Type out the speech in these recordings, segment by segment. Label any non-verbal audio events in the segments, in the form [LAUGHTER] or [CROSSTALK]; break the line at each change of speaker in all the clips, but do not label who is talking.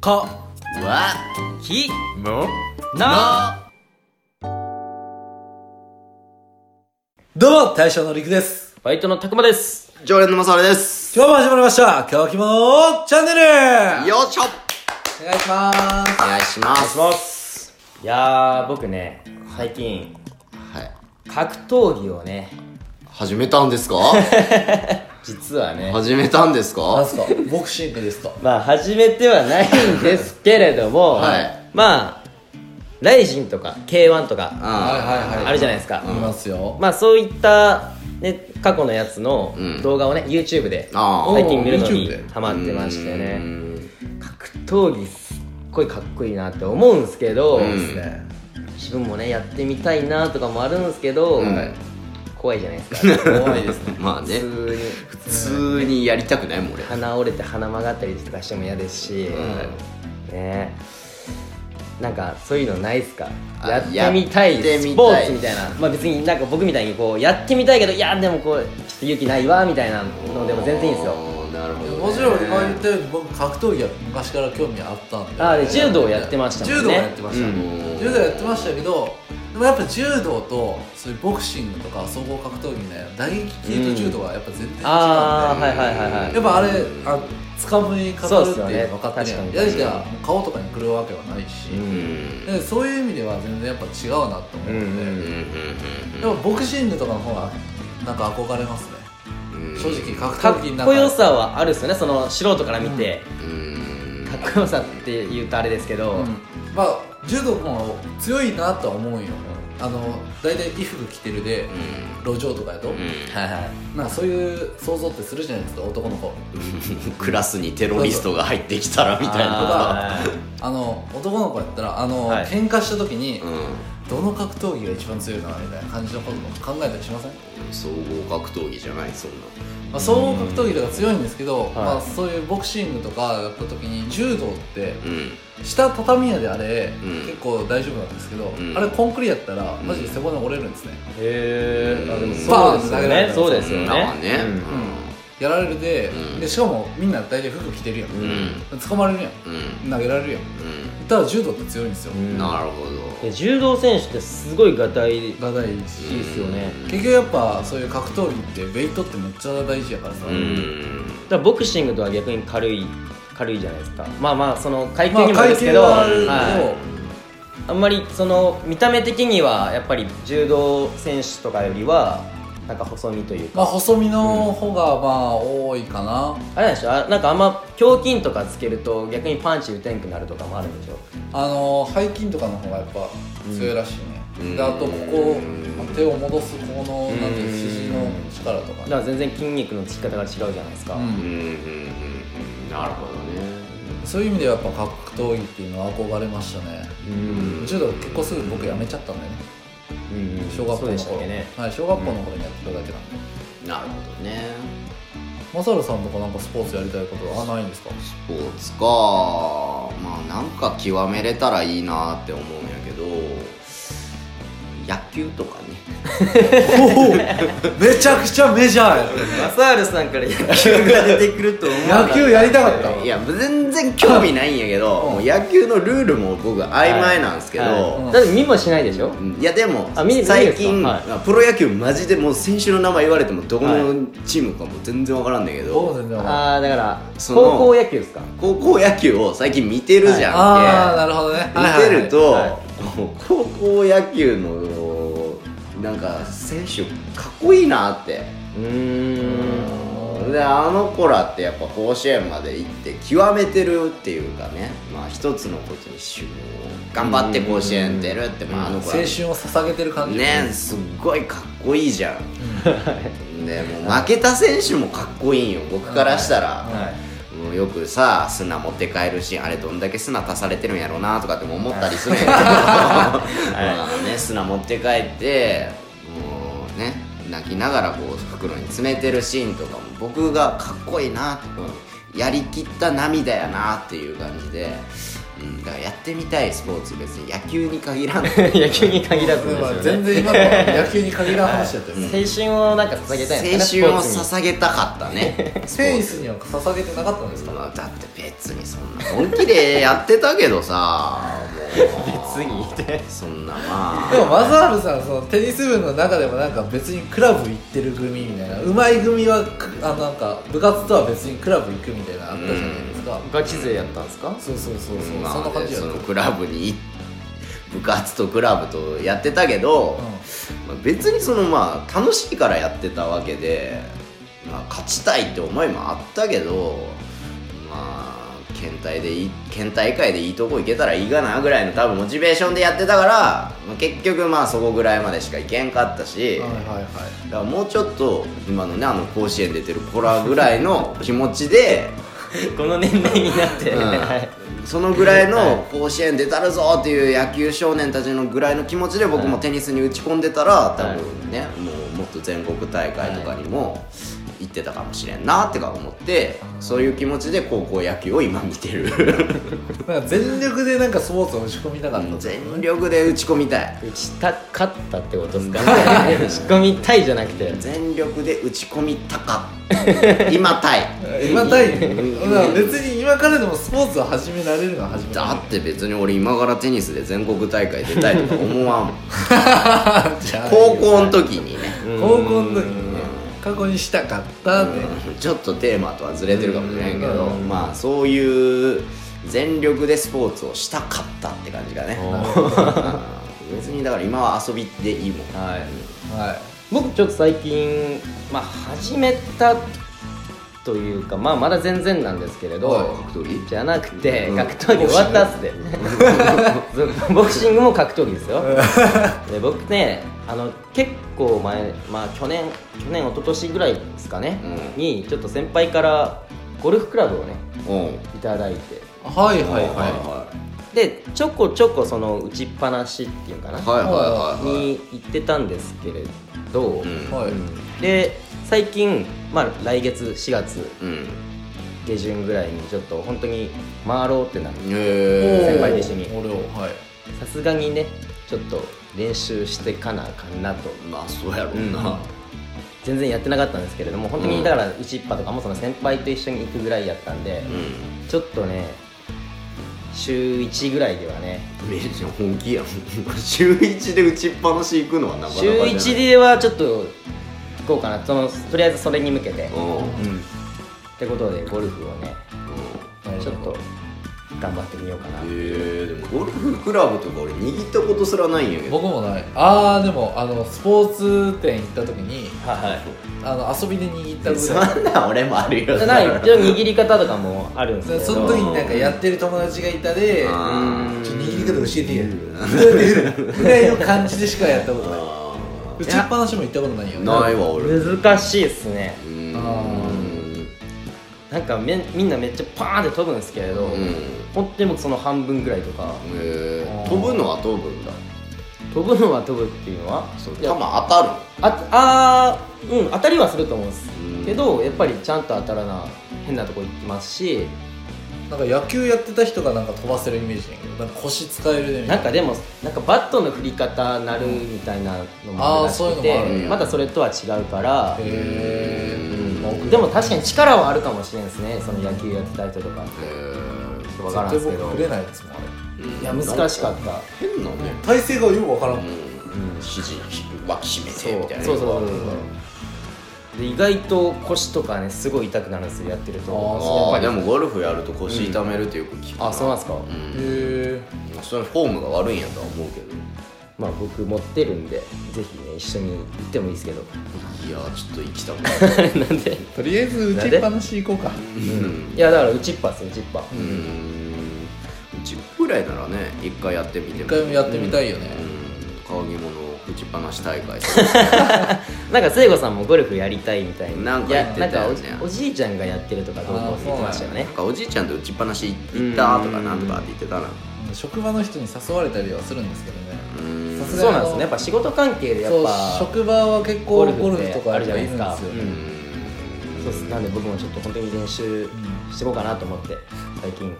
か
わ
き
も
などうも大将のりくです
バイトのたくまです。
常連のまさるです
今日も始まりました「乾き物チャンネル」
よっしょ
お願いします
お願いします
ます。いやー、僕ね、最近、
はい
格闘技をね、
始めたんですか
実はね、
始めたんです
なん
か
すかボクシングですか
まあ、始めてはないんですけれども、
はい
まあ、ライジンとか K1 とか、
はい
あ
はいはい
あるじゃないですか。
いますよ
まあ、そういった、ね、過去のやつの
うん
動画をね、YouTube で、
あー
最近見るのに
YouTube で
ハマってまして
う
ね、
ん
格闘技すっごいかっこいいなって思うんですけど、
うん
ですね
自分もね、やってみたいなとかもあるんですけど、
[LAUGHS]
ん
怖いじゃないですか。
怖いですね
まあね
普通に
普通にやりたくないもん俺
鼻折れて鼻曲がったりとかしても嫌ですし、ねえなんかそういうのないっすか
あ
やってみたい
やってみたい
スポーツみたいなまあ別になんか僕みたいにこうやってみたいけどいやでもこうちょっと勇気ないわみたいなのでも全然いいんですよ
おーなるほどね
もちろん今言ったように僕格闘技は昔から興味あったんで
あーで柔道やってましたもん
柔
ね
道やってました、
うん
柔道やってましたけどでもやっぱ柔道とそういうボクシングとか総合格闘技みたいな打撃系と柔道はやっぱ全然違うんで、
ああはいはいはいはい
やっぱあれあ掴むにかかるって
そうっす
い
よ
う
ね
の分かって
確
るや
か
ん
に
やりじゃあもう顔とかにくるわけはないし、
うん
でそういう意味では全然やっぱ違うなと思って、
うんうん
うんうん
でもボクシングとかの方がなんか憧れますね、
うんうん
正直格
か
闘技の中で
っこよさはあるっすよねその素人から見て、
うん
かっこよさって言うとあれですけど、
うんまあ柔道の方が強いなとは思うよ、あの大体衣服着てるで、路上とかやと、
はいはい
なんかそういう想像ってするじゃないですか男の子
うんクラスにテロリストが入ってきたらみたい
と
な
かあの男の子やったらあの、
はい
喧嘩した時に、
う
どの格闘技が一番強いかなみたいな感じのことも考えたりしません、
ん総合格闘技じゃないそんな
まあ、総合格闘技とか強いんですけど、まあ、
はい
そういうボクシングとかやった時に柔道って
うん
下畳屋であれ、
うん
結構大丈夫なんですけど、
ん
あれコンクリやったら
ん
マジで背骨折れるんですね、
へえあでも
バ
そ
ーン
う
っ
で
て投げられた
すよね
ら
そうですよね
まあね
うん
やられるで,、
うん
でしかもみんな大体服着てるやん、
うんうん
掴まれるや
うん
ん投げられるやん
う
ただ柔道って強いんですよ、
んなるほ
で柔道選手ってすごいがたいいい
がだいいし、
ですよね
結局やっぱそういう格闘技ってベイトってめっちゃ大事やからさ、
どうん
だからボクシングとは逆に軽い軽いじゃないですかまあまあその階級
まあ
にもですけ
階級
ど、
はあるけど、
はいあんまりその見た目的にはやっぱり柔道選手とかよりはなんか細身というか
まあ細身の方がまあ多いかな、
あれなんでしょあなんかあんま胸筋とかつけると逆にパンチ打てんくなるとかもあるんでしょ
あの背筋とかの方がやっぱ強いらしいね、
うん
であとここ
うん
手を戻すこのなんていう
うん
肘の力とか
だ
ね
から全然筋肉のつき方が違うじゃないですか、
う
うんうん
ん
うんなるほどね
そういう意味ではやっぱ格闘技っていうのは憧れましたね
うん
柔道結構すぐ僕やめちゃったんだよね
うん
小学校
そう
の
でした
頃、
っけね
はい、小学校の頃にやってただけなんで、
なるほどね
マサルさんとかなんかスポーツやりたいことはないんですか
スポーツかまあなんか極めれたらいいなって思うんやけど野球とかね
おおめちゃくちゃメジャーや
マサールさんから野球が出てくると思う
野球やりたかった
いや全然興味ないんやけど、
うん
もう野球のルールも僕曖昧なんですけど、
はい
うん
だって見もしないでしょ
いやでも
あ見る
最近、
見るんですか
プロ野球マジでもう選手の名前言われてもどこ
は
のチームかも全然わからんだけど、
僕も全然わかんない
ああだから
その
高校野球ですか
高校野球を最近見てるじゃんけ、
ああなるほどね
見てると、
はいはい
もう高校野球のなんか選手かっこいいなって、
うーん
であの子らってやっぱ甲子園まで行って極めてるっていうかねまあ一つのことに集頑張って甲子園出るって、まあ、あの子
青
ら
春を捧げてる感じ
ねすっごいかっこいいじゃんでもう負けた選手もかっこいいんよ僕からしたら、
はい
もうよくさ砂持って帰るしあれどんだけ砂足されてるんやろうなとかっても思ったりするんやけど、 [LAUGHS] まあね、砂持って帰ってもうね泣きながらこう袋に詰めてるシーンとかも僕がかっこいいなって、やりきった涙やなっていう感じでうん、だからやってみたいスポーツ別に野球に限らん
[LAUGHS] 野球に限らずです
ま
よ
あ
ね
全然今のは野球に限らん話だったよね、
青春をなんか捧げたいんですかね
青春を
スポーツ
捧げたかった
[LAUGHS]
ね
センスには捧げてなかったんですか
まあだって別にそんな本気でやってたけ
[LAUGHS]
どさ
に別にって
そんなまあ
でもマザールさんそのテニス部の中でもなんか別にクラブ行ってる組みたいなうまい組はくあなんか部活とは別にクラブ行くみたいなのあったじゃないですか、
ガチ勢やったんですか
そう [LAUGHS] そうそうそう、
まあ
そんな感じや
そ
った
のクラブに部活とクラブとやってたけど、まあ別にそのまあ楽しいからやってたわけで、まあ、勝ちたいって思いもあったけどまあ県大でいい県大会でいいとこ行けたらいいかなぐらいの多分モチベーションでやってたから、まあ結局まあそこぐらいまでしか行けんかったし、
うん、はいはいはい
だからもうちょっと今のねあの甲子園出てる子らぐらいの気持ちで。
この年齢になって、
うん
はい
そのぐらいの甲子園出たるぞっていう野球少年たちのぐらいの気持ちで僕もテニスに打ち込んでたら多分ねもうもっと全国大会とかにも行ってたかもしれんなってか思ってそういう気持ちで高校野球を今見て [LAUGHS] る
なんか全力でなんかスポーツを打ち込みたかった
全力で打ち込みたい
打ちたかったってことですか [LAUGHS] ね打ち込みたいじゃなくて
全力で打ち込みた [LAUGHS] かった今たい
今対別
うん
に今からでもスポーツを始められるのは始められ
だって別に俺今からテニスで全国大会出たいとか思わんも
[LAUGHS]
ん
るじゃあ
高校の時にね
高校の時にね過去にしたかったって、
ちょっとテーマとはずれてるかもしれんけど、
うん
まあそういう全力でスポーツをしたかったって感じがね、うん [LAUGHS] 別にだから今は遊びでいいもん
はい
はい
僕ちょっと最近、まあ、始めたというか、まあ、まだ全然なんですけれど、
はい
格闘技
じゃなくて、
うん
格闘技終わったっすで [LAUGHS] ボクシングも格闘
[LAUGHS]
技ですよで僕ねあの結構前、まあ、去年去年一昨年ぐらいですかね、
う
にちょっと先輩からゴルフクラブをね
うん
いただいて
はいはいはい
でちょこちょこその打ちっぱなしっていうかな、
はいはいはいはい
に行ってたんですけれど、
うん
はい、
で最近、まあ、来月4月
うん
下旬ぐらいにちょっと本当に回ろうってなって
へえ
先輩と一緒に
俺をはい
さすがにねちょっと練習してかなあかんなと
まあそうやろう
うん
な、
全然やってなかったんですけれども本当
うん
にだから打ちっぱとかもその先輩と一緒に行くぐらいやったんで、
うん
ちょっとね週1ぐらいではね
めっちゃ本気やん [LAUGHS] 週1で打ちっぱなし行くのはなかなかじゃ
週
ない
1ではちょっと行こうかなそのとりあえずそれに向けて、
うんうん
ってことでゴルフをねちょっと頑張ってみようかな、
へえでもゴルフクラブとか俺握ったことすらないんやけど
僕もないああでもあのスポーツ店行った時に
[LAUGHS] はいはい
あの遊びで握ったぐ
そ
らい
んなん俺もあるよ
ない一応握り方とかもあるんですけ
で
ど
その時になんかやってる友達がいたでちょっ
あー
と握り方教えてやるぐらいの感じでしかやった [LAUGHS] ことない打ちっぱなしも行ったことないよ
ないわ俺う
難しいっすね
ーん
なんかめみんなめっちゃパーンって飛ぶんですけれど、
うん
本当にもうその半分ぐらいとか
へー飛ぶのは飛ぶんだ
飛ぶのは飛ぶっていうのは
そう球
いや
当た
ああーうん当たりはすると思うんです
うん
けどやっぱりちゃんと当たらな変なとこ行きますし
なんか野球やってた人がなんか飛ばせるイメージだけどなんか腰使えるねみた
ないんかでもなんかバットの振り方なるみたいなのもあるらし
あーそういう
く
のもあ
て
る
んや
まだそれとは違うから
へえまあ
でも確かに力はあるかもしれんですねその野球やってた人とか
るへ
ちょっとわからんすけ
絶対
ど
僕振れないですもんあれ
ー
いや難しかっ
なん
た
変なね
体勢がよくわからん、
うん肘脇締め
そう
てみたいな
そうそうそうそうで意外と腰とかねすごい痛くなるんですよやってると
ああ
やっ
で
ぱり
もゴルフやると腰痛めるってよく聞く
あそうなんですか、
うん
へ
まあそれフォームが悪いんやとは思うけど
まあ僕持ってるんでぜひね一緒に行ってもいいですけど [LAUGHS]
いやちょっと行きたく
なんで
えとりあえず打ちっぱなし行こうか
うん
いやだから打ちっぱっす打ちっぱ、
うんうちぐらいならね一回やってみ
一
ても
回もやってみたいよね、
うん川着物を打ちっぱなし大会
なんか聖子さんもゴルフやりたいみたい
なんか
いや
言ってたよね
なんかおおじいちゃんがやってるとかどうこうって言ってましたよね
なんかおじいちゃんと打ちっぱなし行ったとかなんとかって言ってたな
うん職場の人に誘われたりはするんですけどね
うん
さす
そうなんですねやっぱ仕事関係でやっ
そう
ぱ
職場は結構ゴルフとか
あ
あ
る
るじゃな
じゃな
いいで
で
すす
か
か
うん
そうっすなんで僕もちょっと本当に練習していこうかなと思って最近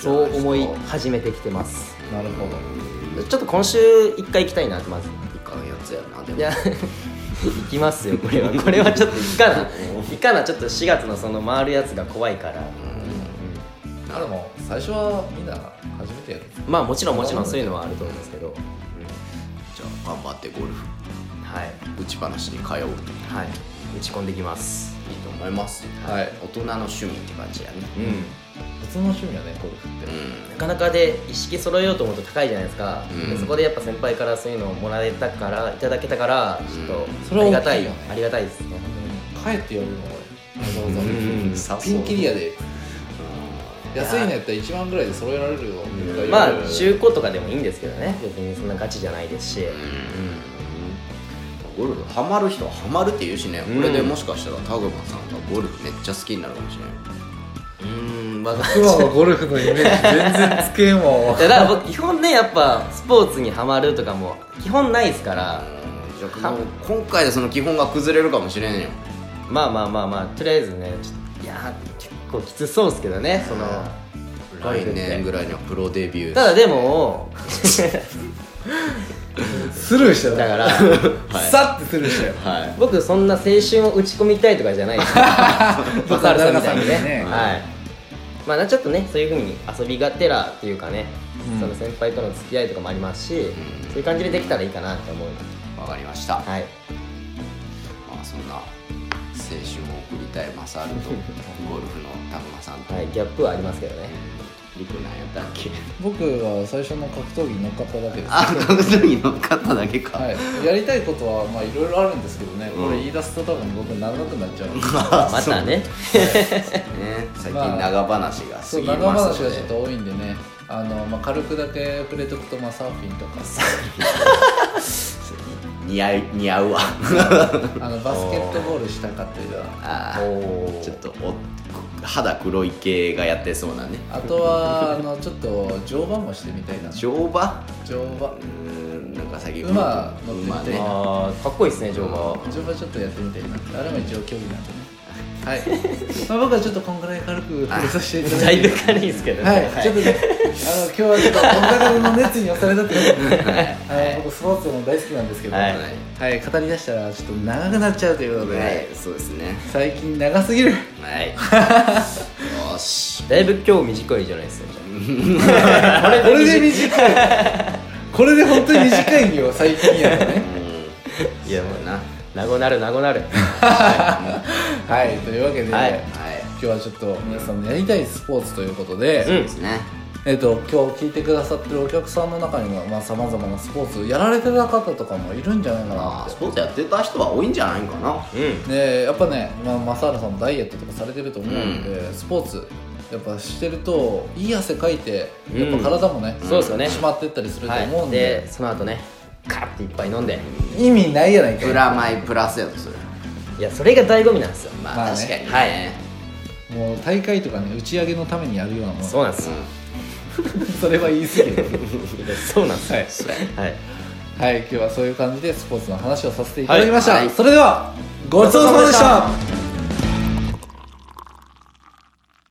じゃない
そ
うですか
思い始めてきてます
なるほど
ちょっと今週一回行きたいなってまず
いかんやつやなでも
いや行きますよこれ [LAUGHS] はこれはちょっと行かな行かなちょっと4月のその回るやつが怖いから
あでも最初はみんな初めてやる
まあもちろんもちろんそういうのはあると思うんですけど
じゃあ頑張ってゴルフ
はい
打ち話に通うと
はい打ち込んできます
いいと思います
はい
大人の趣味って感じやね
うん
普通の趣味はねゴルフって
う
なかなかで一式揃えようと思うと高いじゃないですか、
うん
でそこでやっぱ先輩からそういうのをもらえたからいただけたからちょっ
う
と
ん
そ
あ
れ
り
は大
がた
き
い,、
いよね
ありがたいですね
帰ってやるの俺わざわ
うん
ざピンキリやで安いのやったら1万ぐらいで揃えられるよとか言う
まあ中古とかでもいいんですけどね別にそんなガチじゃないですし、
ゴルフハマる人はハマるって言うしね、
うん
これでもしかしたらタグマさんがゴルフめっちゃ好きになるかもしれない
うんまだ
今のゴルフのイメージ全然つけんわ [LAUGHS]
だから僕基本ねやっぱスポーツにはまるとかも基本ないですから
じゃあこの今回でその基本が崩れるかもしれんよ
まあまあまあまあとりあえずねちょっといやー結構きつそうですけどねそのゴル
来
フって
年ぐらいにはプロデビュー
ただでも
スルーしてた
だから
さってスルーしたよ
はい
僕そんな青春を打ち込みたいとかじゃないです
ま
わ
あ
かるさん
田中
みたいに
さん
ね
みたいにね
はいまあなちょっとねそういうふうに遊びがてらっていうかね、
うん
その先輩との付き合いとかもありますし、そういう感じでできたらいいかなって思う
わかりました、
はい
まあ、そんな青春を送りたいマサルとゴルフのタグマさんと、
はいギャップはありますけどね
リクなんやったっけ
僕は最初の格闘技に乗っかっただけです
あ格闘技乗っかっただけか、
はい、やりたいことはまあいろいろあるんですけどね、
うん
これ言い出すと多分僕長くなっちゃう
またね
ね、最近
まあ
長話が過
そう
ぎ
長
ま
話
す
が
の
ちょっ
で
と多いんでねあの、まあ、軽くだけ触れとくと、まあ、サーフィンと [LAUGHS] か
似合い似合うわ
あのバスケットボールしたかったりだ
あ
お
ー
お
ちょっとお肌黒い系がやってそうなね
あとはあのちょっと乗馬もしてみたいな乗
乗馬
馬
うーんなんか最近
馬乗ってみて
馬ね
あーかっこいいですね乗馬は
乗馬ちょっとやってみたいなあれも一応競技なんでねはいまあ僕はちょっとこんぐらい軽く触れさせていただ
だ
[LAUGHS]
い
い
ぶ
て
軽いですけどね、
はい、ちょっとね、あの今日はちょっとお互いの熱意に押されたってことで、はい、僕スポーツも大好きなんですけど、
は
はいい、語り出したらちょっと長くなっちゃうということで、
はいそうですね
最近長すぎる。
はい [LAUGHS] よし
だいぶ今日短いじゃないですか
これで短い。これで本当に短いよ最近やと
[LAUGHS]
ね。
うんいやもうな
なごなるなごなる
はい、というわけで、
はい
はい
今日はちょっと皆さんのやりたいスポーツということで。
うん
ですね
えっと今日聞いてくださってるお客さんの中にはまあさまざまなスポーツやられてた方とかもいるんじゃないかな
まあ
って
スポーツやってた人は多いんじゃないんかな
うん
ねえやっぱね、まあ、正原さんもダイエットとかされてると思うんで、スポーツやっぱしてるといい汗かいて
うん
やっぱ体もね、
そうですよね
締まってったりすると
は
思う
い
んで,、
でその後ねカッていっぱい飲んで
意味ないやないか
プラマイプラスやとする
いやそれが醍醐味なんですよ
まあ、
まあね
確かにね、
もう大会とかね打ち上げのためにやるようなもん
そう
そ
なんですよ、
れは言い過ぎる
そうなんですよ
はい、
そうや
[LAUGHS] はい
はい、今日はそういう感じでスポーツの話をさせていただきました、
はいはい
それではごちそうさまでした